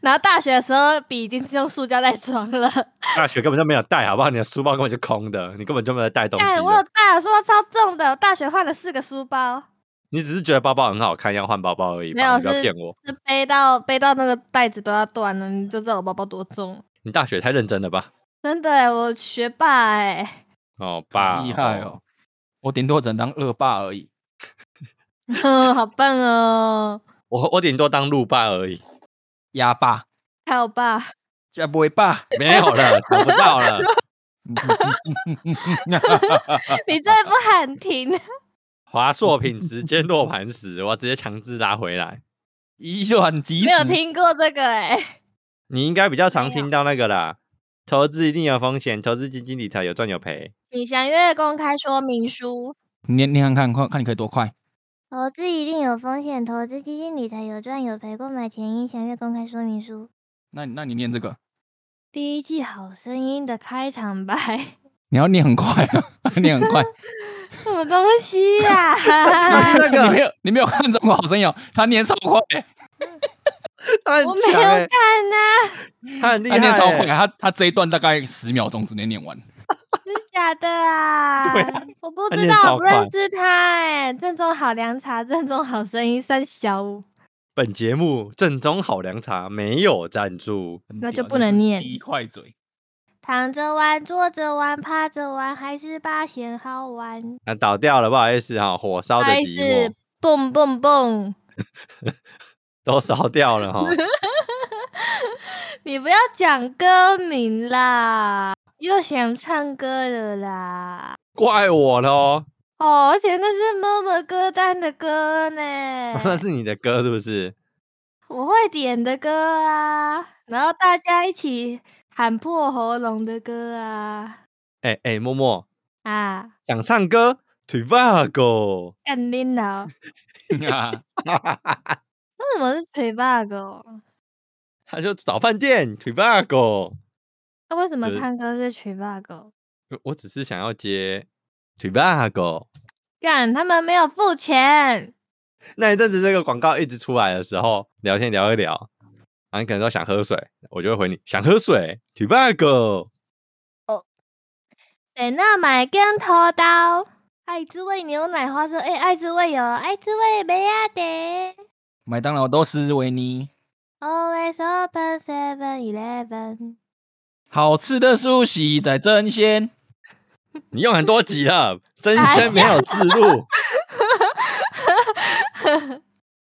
Speaker 1: 然后大学的时候笔已经是用塑胶袋装 了，
Speaker 2: 大学根本就没有带，好不好？你的书包根本就空的，你根本就没有带东西
Speaker 1: 哎、我有
Speaker 2: 的。
Speaker 1: 带了，说超重的，我大学换了四个书包。
Speaker 2: 你只是觉得包包很好看，要换包包而已吧。
Speaker 1: 没有
Speaker 2: 你不要
Speaker 1: 是
Speaker 2: 骗我，
Speaker 1: 是背到背到那个袋子都要断了，你就知道我包包多重。
Speaker 2: 你大学太认真了吧？
Speaker 1: 真的欸，我学霸哎、
Speaker 2: 哦，
Speaker 3: 好
Speaker 2: 爸，
Speaker 3: 厉害哦！我顶多只能当恶霸而已。
Speaker 1: 好棒哦，
Speaker 2: 我我顶多当路霸而已，
Speaker 3: 鸭霸、
Speaker 1: 还有 爸，
Speaker 3: 加不会霸，
Speaker 2: 没有了，找不到 了。
Speaker 1: 你这不喊 停，
Speaker 2: 华硕品直接落盘石，我直接强制拉回来。
Speaker 3: 一就很及时。
Speaker 1: 没有听过这个哎、
Speaker 2: 你应该比较常
Speaker 1: 没有
Speaker 2: 听到那个啦，投资一定有风险，投资基金理财有赚有赔。
Speaker 1: 请详阅公开说明书。
Speaker 3: 你念念看看，看看你可以多快。
Speaker 4: 投资一定有风险，投资基金理财有赚有赔，购买前应详阅公开说明书。
Speaker 3: 那你那你念这个，
Speaker 1: 第一季《好声音》的开场白，
Speaker 3: 你要念很快啊， 念很 快。
Speaker 1: 什么东西啊 呀、
Speaker 4: 啊
Speaker 2: 那
Speaker 3: 你没
Speaker 2: 个
Speaker 3: 有你没有看中国好声音哦，他念超快欸，
Speaker 2: 他 很
Speaker 1: 我没
Speaker 2: 强
Speaker 1: 有
Speaker 2: 欸
Speaker 1: 看啊呐、
Speaker 2: 他很厉
Speaker 3: 他
Speaker 2: 害
Speaker 3: 念超快，
Speaker 1: 啊
Speaker 2: 欸，
Speaker 3: 他他这一段大概十秒钟之内念完。
Speaker 1: 真假的啊？
Speaker 3: 对啊
Speaker 1: 我不
Speaker 2: 他
Speaker 1: 知
Speaker 2: 念
Speaker 1: 道，
Speaker 2: 超
Speaker 1: 我不认
Speaker 2: 快
Speaker 1: 识他哎、正宗好凉茶，正宗好声音，三小五。
Speaker 2: 本节目正宗好凉茶没有赞助，
Speaker 3: 很
Speaker 1: 那
Speaker 3: 屌
Speaker 1: 就不能
Speaker 3: 是
Speaker 1: 念
Speaker 3: 第一快嘴，
Speaker 4: 躺着玩，坐着玩，趴着玩，还是八仙好玩。
Speaker 2: 啊倒掉了，不好意思哈，火烧的
Speaker 1: 开
Speaker 2: 寂寞
Speaker 1: 始蹦蹦蹦！
Speaker 2: 都烧掉 了哈。
Speaker 1: 你不要讲歌名啦，又想唱歌了啦。
Speaker 2: 怪我喽，
Speaker 1: 哦，而且那是么么歌单的歌呢，
Speaker 2: 那是你的歌是不是？
Speaker 1: 我会点的歌啊，然后大家一起喊破喉咙的歌啊
Speaker 2: 哎哎，默默
Speaker 1: 啊，
Speaker 2: 想唱歌，Trivago，
Speaker 1: 干拎佬，
Speaker 3: 啊
Speaker 1: 那怎么是 t r i b u g
Speaker 2: 他就找饭店，Trivago。
Speaker 1: 那为什么
Speaker 2: 就是
Speaker 1: 唱歌是 t r i b u g
Speaker 2: 我只是想要接 Trivago。
Speaker 1: 干，他们没有付钱，
Speaker 2: 那一阵子这个广告一直出来的时候，聊天聊一聊，然后你可能说想喝水，我就会回你想喝水，Trivago。
Speaker 1: 得那买跟头刀。
Speaker 4: 爱滋味牛奶花生，哎、爱滋味有，爱滋味没啊得。
Speaker 3: 麦当劳都是维尼，
Speaker 4: Always open Seven Eleven。
Speaker 3: 好吃的苏西在争先。
Speaker 2: 你用很多集了，真
Speaker 1: 哎
Speaker 2: 先没有自录，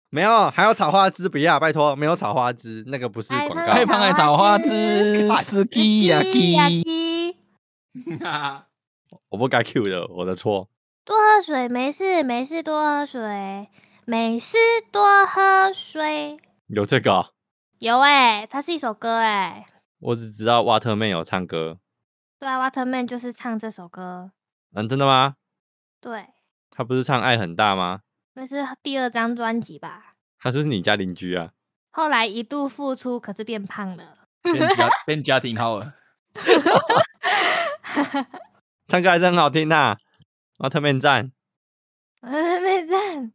Speaker 2: 没有，还有炒花枝，不要，拜托，没有炒花枝，那个不是
Speaker 1: 哎
Speaker 2: 广
Speaker 1: 他
Speaker 2: 告
Speaker 3: 还有
Speaker 1: 们。
Speaker 3: 胖爱炒花枝，斯基呀基。
Speaker 1: 一，
Speaker 2: 我不该 Q 的，我的错。
Speaker 4: 多喝水没事，没事多喝水，没事多喝水。
Speaker 2: 有这个啊、
Speaker 4: 有哎、它是一首歌哎、
Speaker 2: 我只知道 Waterman 有唱歌，
Speaker 1: 对啊，Waterman 就是唱这首歌。
Speaker 2: 嗯，真的吗？
Speaker 1: 对，
Speaker 2: 他不是唱《爱很大》吗？
Speaker 1: 那是第二张专辑吧？
Speaker 2: 他是你家邻居啊，
Speaker 1: 后来一度复出，可是变胖了。
Speaker 3: 变家变家庭号了。
Speaker 2: 唱歌还是很好听呐、啊。特面赞，
Speaker 1: 没赞。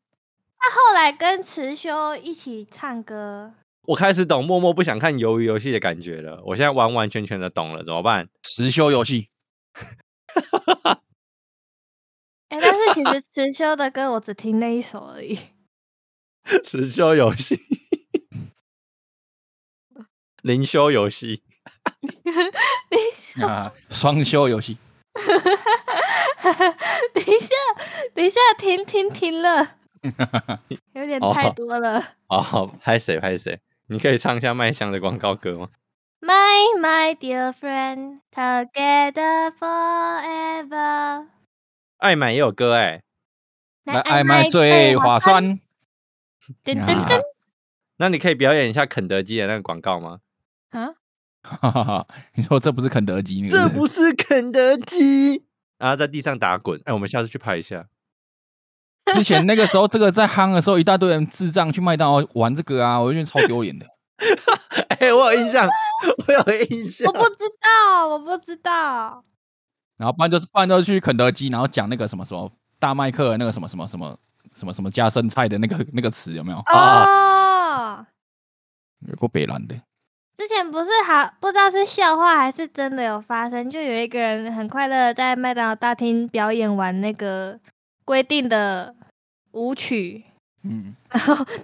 Speaker 1: 他后来跟池修一起唱歌，
Speaker 2: 我开始懂默默不想看鱿鱼游戏的感觉了。我现在完完全全的懂了，怎么办？
Speaker 3: 实修游戏，
Speaker 1: 哎、但是其 实池修的歌我只听那一首而已。
Speaker 2: 实修游戏， 灵修游戏，
Speaker 1: 等一下，
Speaker 3: 啊，双修游戏，嗯
Speaker 1: 等一下，等一下，停停停 了，有点
Speaker 2: 哦
Speaker 1: 太多了。
Speaker 2: 好，拍谁拍谁？你可以唱一下麦香的广告歌吗？
Speaker 1: My my dear friend, together forever。
Speaker 2: 爱买也有歌哎、
Speaker 1: 来
Speaker 3: 爱卖最划。算。
Speaker 1: 噔
Speaker 3: 呀
Speaker 1: 噔噔，
Speaker 2: 那你可以表演一下肯德基的那个广告 吗？
Speaker 1: 啊，
Speaker 3: 哈哈哈， 你说这不是肯德基那
Speaker 2: 这
Speaker 3: 个？
Speaker 2: 不是肯德基，然后在地上打滚。哎、我们下次去拍一下。
Speaker 3: 之前那个时候，这个在夯的时候，一大堆人智障去麦当劳玩这个啊， 我就觉得超丢脸的。
Speaker 2: 哎、我有印象，我有印
Speaker 1: 我。
Speaker 2: 象
Speaker 1: 不知道，我不知道。
Speaker 3: 然后不然就是不然就是去肯德基，然后讲那个什么什么大麦克那个什么什么什么什么什么加生菜的那个那个词有没有？
Speaker 1: 哦，
Speaker 3: 有过北兰的，
Speaker 1: 之前不是还不知道是笑话还是真的有发生，就有一个人很快乐地在麦当劳大厅表演完那个规定的舞曲，
Speaker 3: 嗯，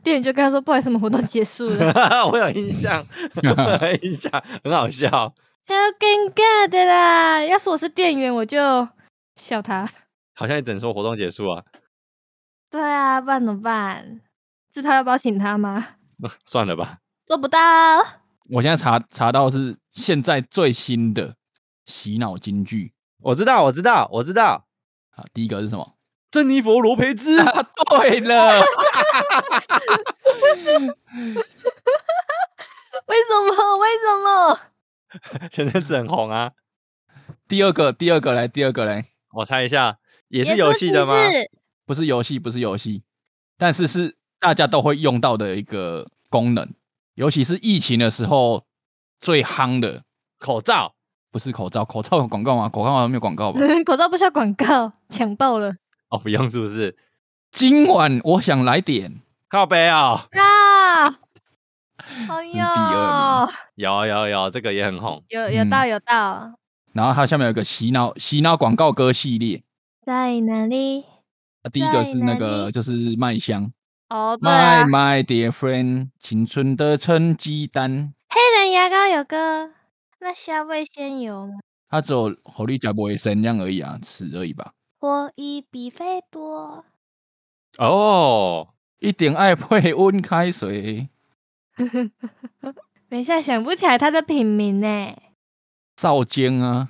Speaker 1: 店员就跟他说：“不好意思，我们活动结束了。”
Speaker 2: 我有印 象，我有印象，很好笑。
Speaker 1: 超尴尬的啦！要是我是店员，我就笑他。
Speaker 2: 好像也只能说活动结束啊，
Speaker 1: 对啊，不然怎么办？是他要不要请他吗？
Speaker 2: 算了吧。
Speaker 1: 做不到。
Speaker 3: 我现在查查到是现在最新的洗脑金句
Speaker 2: 我知道，我知道，我知道。
Speaker 3: 啊，第一个是什么？
Speaker 2: 珍妮佛·罗培兹，
Speaker 3: 啊，对了，
Speaker 1: 为什么？为什么？
Speaker 2: 前阵子很红啊。
Speaker 3: 第二个第二个来，第二个来，
Speaker 2: 我猜一下，也
Speaker 1: 也
Speaker 2: 是游戏的吗？
Speaker 3: 不是游戏，不是游戏，但是是大家都会用到的一个功能，尤其是疫情的时候最夯的，
Speaker 2: 口罩，
Speaker 3: 不是口罩，口罩有广告吗？口罩好像没有广告吧？
Speaker 1: 口罩不需要广告，抢爆了
Speaker 2: 哦，不用是不是？
Speaker 3: 今晚我想来点，
Speaker 2: 靠背哦，
Speaker 1: 啊！哎
Speaker 3: 第二
Speaker 1: 呦，
Speaker 2: 有有有，这个也很红。
Speaker 1: 有
Speaker 3: 嗯
Speaker 1: 有到有到，
Speaker 3: 然后它下面有个洗脑洗脑广告歌系列，
Speaker 1: 在哪里？
Speaker 3: 啊第一个是
Speaker 1: 在哪
Speaker 3: 那个
Speaker 1: 里
Speaker 3: 就是麦香
Speaker 1: 哦，对
Speaker 3: ，My
Speaker 1: 啊，
Speaker 3: My Dear Friend，青春的成绩单，
Speaker 1: 黑人牙膏有个那虾味鲜油吗？
Speaker 3: 它只有侯丽甲不会生这样而已啊，此而已吧。
Speaker 1: 我已比费多。
Speaker 2: 哦，
Speaker 3: 一点爱配温开水，
Speaker 1: 等一下，想不起来他的品名呢、
Speaker 3: 少坚啊，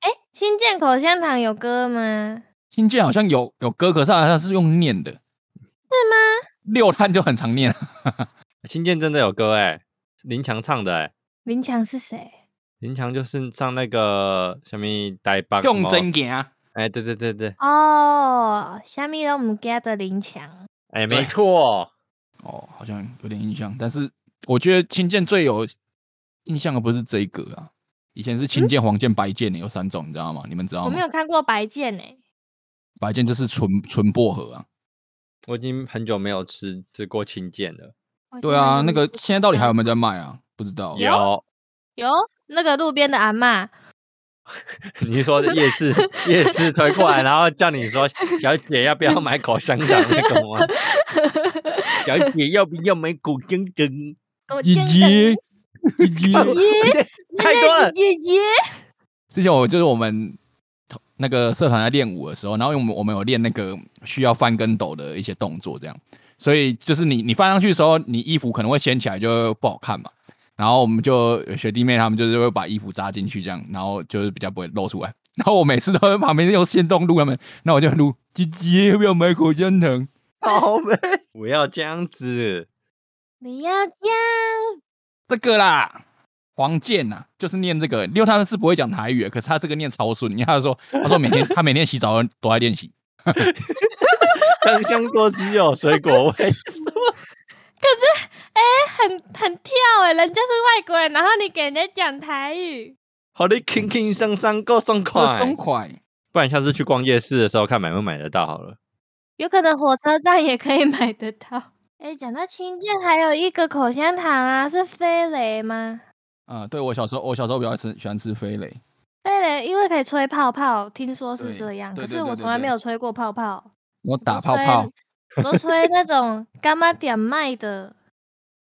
Speaker 1: 哎，新建口香糖有歌吗？
Speaker 3: 新建好像有有歌，可是好像是用念的，是吗？六探就很常念，
Speaker 2: 啊新建真的有歌哎、林强唱的哎、
Speaker 1: 林强是谁？
Speaker 2: 林强就是上那个什么台北什
Speaker 3: 用
Speaker 2: 么
Speaker 3: 真行啊，
Speaker 2: 哎，对对对对，
Speaker 1: 哦，虾米让我们家的林强。
Speaker 2: 哎，
Speaker 3: 对
Speaker 2: 没错，
Speaker 3: 哦，好像有点印象，但是我觉得青剑最有印象的不是这一个啊，以前是青剑、黄剑、白剑，有三种，你知道吗？你们知道
Speaker 1: 嗯我没
Speaker 3: 吗
Speaker 1: 有？看过白剑呢、
Speaker 3: 白剑就是纯纯薄荷啊，
Speaker 2: 我已经很久没有吃吃过青剑了。
Speaker 1: 我
Speaker 3: 对
Speaker 1: 竟然
Speaker 3: 啊，
Speaker 1: 都
Speaker 3: 那
Speaker 1: 没
Speaker 3: 个
Speaker 1: 吃
Speaker 3: 现在到底
Speaker 1: 过
Speaker 3: 还有没有在卖啊？不知道，
Speaker 1: 有
Speaker 2: 哦
Speaker 1: 有那个路边的阿嬷，
Speaker 2: 你是说夜市夜市推过来，然后叫你说小姐要不要买口香糖那个吗？小姐要不要买口香糖？
Speaker 1: 我
Speaker 3: 一
Speaker 1: 真的
Speaker 3: 级一 级
Speaker 2: 哦 太多了，
Speaker 1: 爷爷，
Speaker 3: 之前我就是我们同那个社团在练舞的时候，然后因为我们我们有练那个需要翻跟斗的一些动作，这样，所以就是你你翻上去的时候，你衣服可能会掀起来，就不好看嘛。然后我们就有学弟妹他们就是会把衣服扎进去这样，然后就是比较不会露出来。 然后我每次都在旁边用线动录他们，那我就录姐姐要不要买口香糖？
Speaker 2: 好美！不要这样子，
Speaker 1: 不要这样，
Speaker 3: 这个啦，黄健呐、就是念这 个，因为他们是不会讲台语的，可是他这个念超顺，你看他说他说每天他每天洗澡都在练习。
Speaker 2: 香香多汁又有水果味， 什么
Speaker 1: 很很跳哎、人家是外国人，然后你给人家讲台语，
Speaker 2: 好的，轻轻松松够松
Speaker 3: 好
Speaker 2: 快。
Speaker 3: 松快。
Speaker 2: 不然下次去逛夜市的时候看买不买得到好了。
Speaker 1: 有可能火车站也可以买得 到。哎、讲到青酱，还有一个口香糖啊，是飞雷吗？
Speaker 3: 啊，对我小时候，我小时候比较吃喜欢吃飞雷，
Speaker 1: 飞雷因为可以吹泡泡，听说是
Speaker 3: 对
Speaker 1: 这样，
Speaker 3: 对
Speaker 1: 可
Speaker 3: 对
Speaker 1: 是
Speaker 3: 对
Speaker 1: 我
Speaker 3: 对
Speaker 1: 从来没
Speaker 3: 对
Speaker 1: 有吹过泡泡，
Speaker 3: 我打
Speaker 1: 我
Speaker 3: 泡
Speaker 1: 吹
Speaker 3: 泡，
Speaker 1: 我都吹那种干妈点卖的。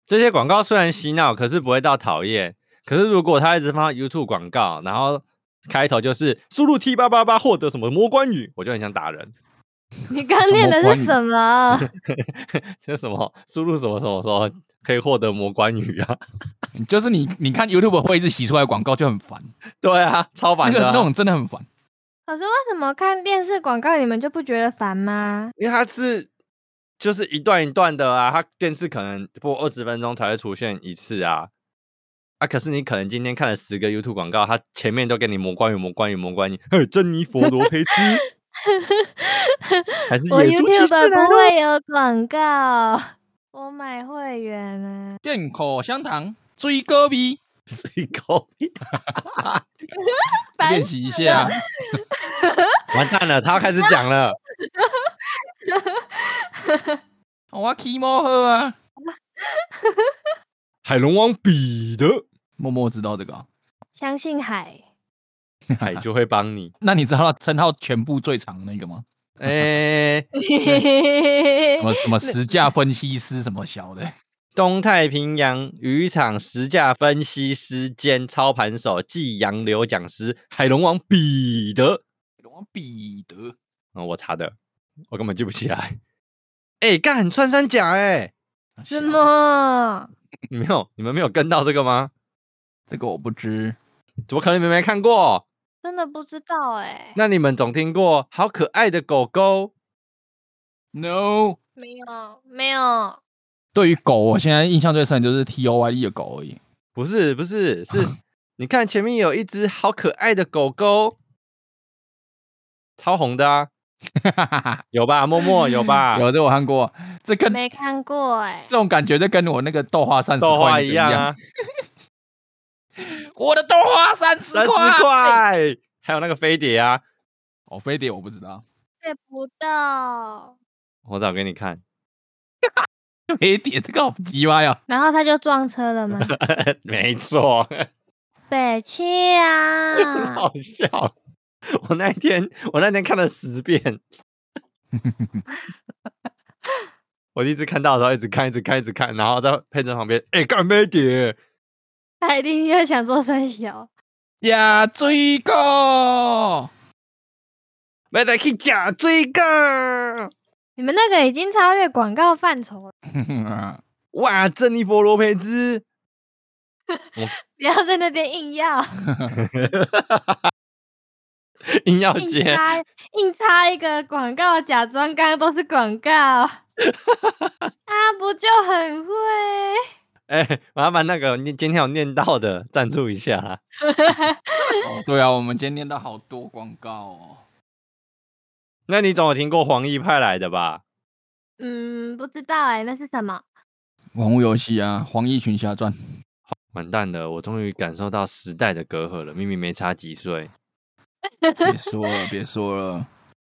Speaker 2: 这些广告虽然洗脑，可是不会到讨厌。可是如果他一直放 YouTube 广告，然后开头就是输入 T 八八八获得什么魔关羽，我就很想打人。
Speaker 1: 你刚
Speaker 3: 什
Speaker 1: 念
Speaker 3: 么
Speaker 1: 的
Speaker 3: 关
Speaker 1: 是
Speaker 3: 于
Speaker 1: 什么？
Speaker 2: 这什么输入什么什么什么可以获得魔关羽啊？
Speaker 3: 就是你你看 YouTube 会一直洗出来广告就很烦，
Speaker 2: 对啊，超
Speaker 3: 那
Speaker 2: 烦
Speaker 3: 个
Speaker 2: 的啊、
Speaker 3: 这种真的很烦。
Speaker 1: 可是为什么看电视广告你们就不觉得烦吗？
Speaker 2: 因为它是就是一段一段的啊，它电视可能播二十分钟才会出现一次啊。啊！可是你可能今天看了十个 YouTube 广告，它前面都给你魔关羽、魔关羽、魔关羽，嘿，珍妮佛罗 培兹，还是
Speaker 1: 我
Speaker 2: 野猪骑士
Speaker 1: YouTube
Speaker 2: 来
Speaker 1: 不
Speaker 2: 了？
Speaker 1: 会有广告，我买会员啊。
Speaker 3: 进口香糖追歌迷，
Speaker 2: 最高逼
Speaker 1: 烦
Speaker 3: 练习一下。
Speaker 2: 完蛋了，他要开始讲了。
Speaker 3: 哦我 k i m o 喝啊，
Speaker 2: 海龙王彼得，
Speaker 3: 默默知道这个啊、
Speaker 1: 相信海，
Speaker 2: 海哎就会帮 你。
Speaker 3: 那你知道他称号全部最长的那个吗？
Speaker 2: 诶、
Speaker 3: 什么什么实价分析师什么小的，
Speaker 2: 东太平洋渔场实价分析师兼操盘手暨洋流讲师海龙王彼得。
Speaker 3: 王彼得，
Speaker 2: 嗯，我查的，我根本记不起来。哎、干穿山甲哎、
Speaker 3: 啊
Speaker 1: 什么？
Speaker 2: 你没有，你们没有跟到这个吗？
Speaker 3: 这个我不知。
Speaker 2: 怎么可能你们没看过？
Speaker 1: 真的不知道哎、
Speaker 2: 那你们总听过好可爱的狗狗，
Speaker 3: No，
Speaker 1: 没有没有，
Speaker 3: 对于狗，我现在印象最深的就是 T O Y E 的狗 而已。
Speaker 2: 不是不是是，你看前面有一只好可爱的狗狗，超红的啊，有吧？默默有吧？
Speaker 3: 有的我看过，这跟
Speaker 1: 没看过哎、
Speaker 3: 这种感觉就跟我那个豆花三十
Speaker 2: 豆花
Speaker 3: 块那个
Speaker 2: 一
Speaker 3: 一
Speaker 2: 样啊。，
Speaker 3: 我的豆花三十
Speaker 2: 三十块，还有那个飞碟啊，
Speaker 3: 哦，飞碟我不知道，
Speaker 1: 对不到。
Speaker 2: 我找给你看，
Speaker 3: 飞碟这个好鸡歪哦。
Speaker 1: 然后他就撞车了嘛，
Speaker 2: 没错，
Speaker 1: 北汽 啊，
Speaker 2: 好笑。我那一天，我那天看了十 遍，我一直看到的时候，一直看，一直看，一直看，然后在佩珍旁边，哎、干飞碟，
Speaker 1: 他一定要想做三小。
Speaker 3: 呀，追 哦购
Speaker 2: 没得去假追个。
Speaker 1: 你们那个已经超越广告范畴了，
Speaker 2: 哇，珍妮佛罗培兹，
Speaker 1: 不要在那边硬要
Speaker 2: 硬要
Speaker 1: 硬
Speaker 2: 接，
Speaker 1: 插硬插一个广告，假装刚刚都是广告，啊，不就很会？
Speaker 2: 哎、麻烦那个你今天有念到的赞助一下啦。
Speaker 3: 哦，对啊，我们今天念到好多广告哦。
Speaker 2: 那你总有听过黄奕派来的吧？
Speaker 1: 嗯，不知道哎、那是什么？
Speaker 3: 网络游戏啊，《黄衣群侠传》
Speaker 2: 完蛋了，我终于感受到时代的隔阂了。明明没差几岁，
Speaker 3: 别说了，别说了，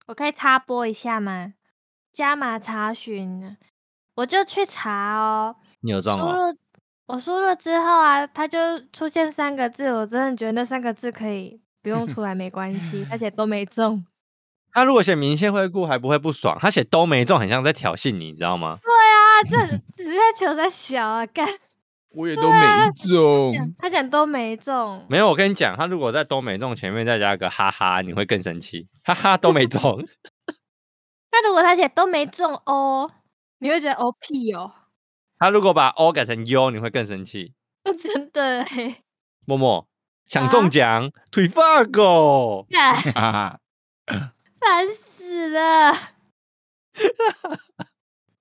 Speaker 1: 我可以插播一下吗？加码查询，啊我就去查哦。
Speaker 2: 你有
Speaker 1: 输
Speaker 2: 中哦？
Speaker 1: 入我输入之后啊，它就出现三个字，我真的觉得那三个字可以不用出来没关系，而且都没中。
Speaker 2: 他如果写明线惠顾还不会不爽，他写都没中，很像在挑衅你，你知道吗？
Speaker 1: 啊，这只是在求在小啊，干
Speaker 3: 我也都没 中。
Speaker 1: 他讲都没中，
Speaker 2: 没有，我跟你讲，他如果在都没中前面再加个哈哈，你会更生气。哈哈，都没中，
Speaker 1: 那如果他写都没中哦，你会觉得哦屁哦，
Speaker 2: 他如果把 O 改成 U，你会更生气。
Speaker 1: 哦真的 哎、
Speaker 2: 默默想中
Speaker 1: 啊
Speaker 2: 奖，腿发狗，
Speaker 1: 干
Speaker 3: 哈哈，
Speaker 1: 烦死了。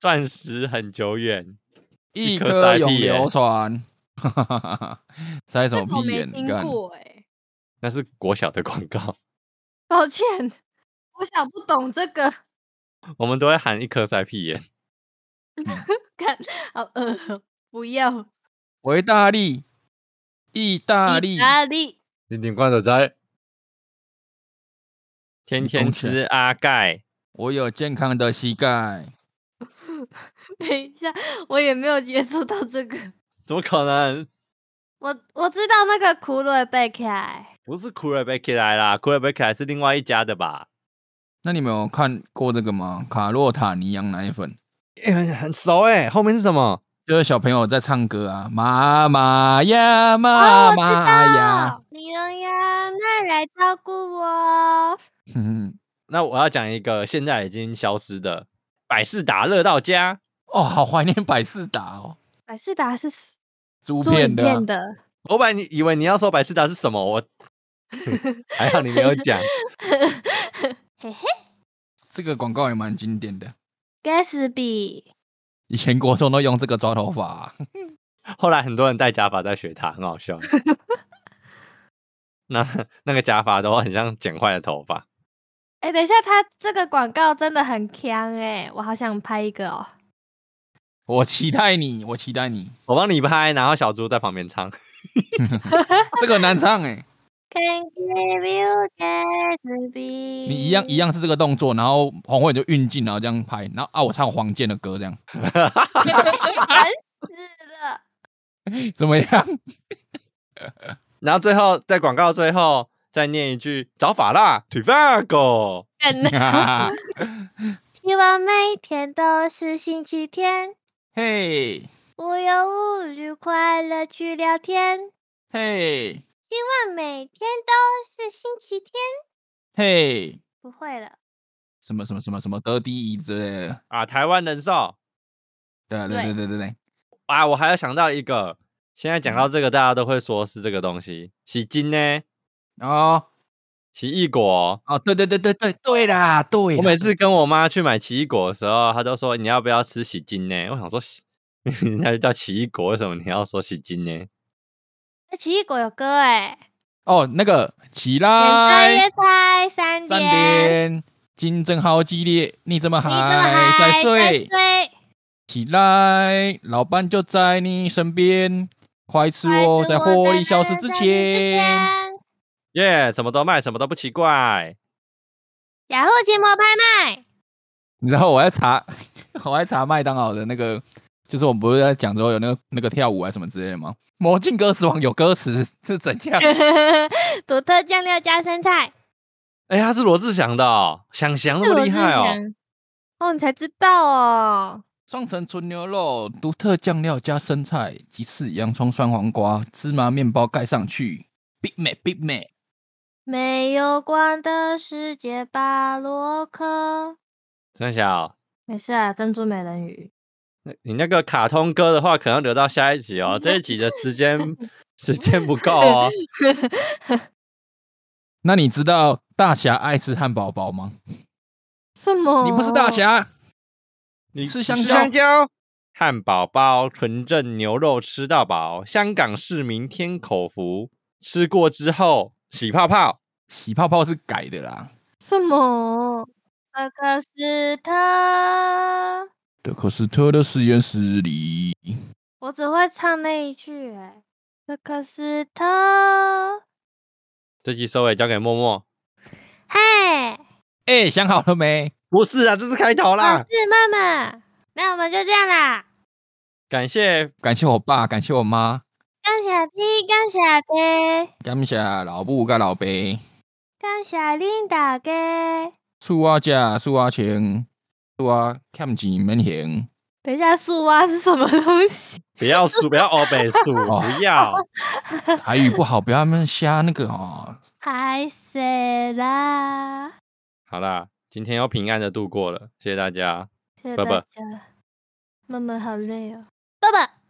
Speaker 2: 钻石很久远，一
Speaker 3: 一
Speaker 2: 颗塞
Speaker 3: 颗永
Speaker 2: 屁眼
Speaker 3: 流传，哈哈哈哈，塞什
Speaker 1: 这
Speaker 3: 么
Speaker 1: 个我
Speaker 3: 屁
Speaker 1: 没
Speaker 3: 眼？
Speaker 1: 听
Speaker 3: 干
Speaker 1: 过哎、
Speaker 2: 那是国小的广告。
Speaker 1: 抱歉，我我想不懂这个，
Speaker 2: 我们都会喊一颗塞屁眼。
Speaker 1: 看，好 饿哦，不要。
Speaker 3: 维大利，意大利
Speaker 1: 意，大利，
Speaker 2: 你顶罐头在天天
Speaker 3: 公权
Speaker 2: 吃阿盖，
Speaker 3: 我有健康的膝盖。
Speaker 1: 等一下，我也没有接触到这个。
Speaker 2: 怎么可能？
Speaker 1: 我我知道那个苦蕊贝凯，
Speaker 2: 不是库尔贝克来啦，库尔贝克是另外一家的吧？
Speaker 3: 那你们有看过这个吗？卡洛塔尼羊奶粉，
Speaker 2: 欸、很很熟哎、后面是什么？
Speaker 3: 就是小朋友在唱歌啊，妈妈呀，
Speaker 1: 哦，
Speaker 3: 妈
Speaker 1: 我知
Speaker 3: 啊妈呀，
Speaker 1: 道，你要呀，那来照顾我。
Speaker 3: 嗯，
Speaker 2: 那我要讲一个现在已经消失的百事达乐到家，
Speaker 3: 哦，好怀念百事达哦，
Speaker 1: 百事达哎是
Speaker 3: 猪
Speaker 1: 做影
Speaker 3: 片的啊、
Speaker 1: 片的，
Speaker 2: 我本来你以为你要说百事达是什么， 我还好你没有讲。
Speaker 1: 嘿嘿，
Speaker 3: 这个广告也蛮经典的，
Speaker 1: 盖茨比，
Speaker 3: 以前国中都用这个抓头发、啊
Speaker 2: 后来很多人戴假发在学他，很好 笑。那那个假发都很像剪坏的头发，
Speaker 1: 哎、等一下，他这个广告真的很强哎、我好想拍一个哦。
Speaker 3: 我期待你，我期待你，
Speaker 2: 我帮你拍，然后小猪在旁边唱。
Speaker 3: 这个很难唱哎、
Speaker 1: Can give you 盖茨比，你
Speaker 3: 你一样一，样是这个动作，然后黄慧就运镜，然后这样拍，然后啊我唱黄健的歌这样，
Speaker 1: 烦死了。
Speaker 3: 怎么样？
Speaker 2: 然后最后在广告最后再念一句“找法拉 t i f a g o
Speaker 1: 希望每一天都是星期天，
Speaker 3: 嘿，
Speaker 1: 无忧无虑，快乐去聊天。
Speaker 3: 嘿，
Speaker 1: 但每天都是星期天，
Speaker 3: 嘿，
Speaker 1: 不会了。
Speaker 3: 什么什么什么什么得第一之类的，
Speaker 2: 啊，台湾人寿
Speaker 3: 对对对对对对，
Speaker 2: 啊，我还要想到一个，现在讲到这个，大家都会说是这个东西，洗金呢，
Speaker 3: 哦
Speaker 2: 奇异果。
Speaker 3: 哦，对对对对对对啦，对啦，
Speaker 2: 我每次跟我妈去买奇异果的时候，她都说你要不要吃喜金呢？我想说，喜 人家就叫奇异果，为什么你要说喜金呢？
Speaker 1: 那奇异果有歌哎、
Speaker 3: 哦那个起
Speaker 1: 点三
Speaker 3: 来
Speaker 1: 夜菜三
Speaker 3: 三
Speaker 1: 点，
Speaker 3: 点，竞争好激烈，你怎么
Speaker 1: 你怎么还
Speaker 3: 还在睡？
Speaker 1: 睡？
Speaker 3: 起来，老伴就在你身边，快吃
Speaker 1: 快
Speaker 3: 哦，
Speaker 1: 跟
Speaker 3: 在
Speaker 1: 我
Speaker 3: 获
Speaker 1: 在
Speaker 3: 利消
Speaker 1: 那
Speaker 3: 失
Speaker 1: 那
Speaker 3: 之
Speaker 1: 之
Speaker 3: 前。
Speaker 1: 前，
Speaker 2: 耶、什么都卖，什么都不奇怪。
Speaker 1: 雅虎奇摩拍卖，
Speaker 3: 你知道我在查， 我在查麦当劳的那个，就是我们不是在讲说有那个那个跳舞啊什么之类的吗？魔镜歌词王有歌词是怎样？
Speaker 1: 独特酱料加生菜，
Speaker 2: 哎、他是罗志祥的、哦，想祥那
Speaker 1: 是
Speaker 2: 么
Speaker 1: 我
Speaker 2: 厉
Speaker 1: 是
Speaker 2: 害哦。
Speaker 1: 想。哦，你才知道哦。
Speaker 3: 双层纯牛肉，独特酱料加生菜，鸡翅、洋葱、酸黄瓜、芝麻面包盖上去。Big Mac Big Mac，
Speaker 1: 没有光的世界，巴洛克。
Speaker 2: 真小，
Speaker 1: 没事啊，珍珠美人鱼。
Speaker 2: 那你那个卡通歌的话，可能要留到下一集哦。这一集的时间 时间不够哦。
Speaker 3: 那你知道大侠爱吃汉堡包吗？
Speaker 1: 什么？
Speaker 3: 你不是大侠，
Speaker 2: 你
Speaker 3: 吃
Speaker 2: 你
Speaker 3: 香蕉
Speaker 2: 香蕉。汉堡包、纯正牛肉吃到饱，香港市民添口福。吃过之后洗泡泡，
Speaker 3: 洗泡泡是改的啦。
Speaker 1: 什么？俄克斯特，
Speaker 3: 德克斯特的实验室里，
Speaker 1: 我只会唱那一句、欸。俄克斯特，
Speaker 2: 这集收尾交给默默。
Speaker 1: 嘿，
Speaker 3: 哎、想好了没？
Speaker 2: 不是啊，这是开头
Speaker 1: 我
Speaker 2: 啦。
Speaker 1: 是妈妈。那我们就这样啦。
Speaker 2: 感谢
Speaker 3: 感谢我爸，感谢我妈，
Speaker 1: 感谢你，感谢爹，
Speaker 3: 感谢老母跟老爸，
Speaker 1: 感谢恁大家。
Speaker 3: 祝我家，祝我啊钱，祝我欠钱免还。
Speaker 1: 等一下，树蛙是什么东西？
Speaker 2: 不要输，不要欧北 输，不要。
Speaker 3: 台语不好，不要那么瞎那个哦。
Speaker 1: 海水啦。
Speaker 2: 好啦，今天又平安的度过了，谢谢大家。
Speaker 1: 谢谢
Speaker 2: 拜
Speaker 1: 大
Speaker 2: 拜
Speaker 1: 家。妈妈好累哦，爸爸。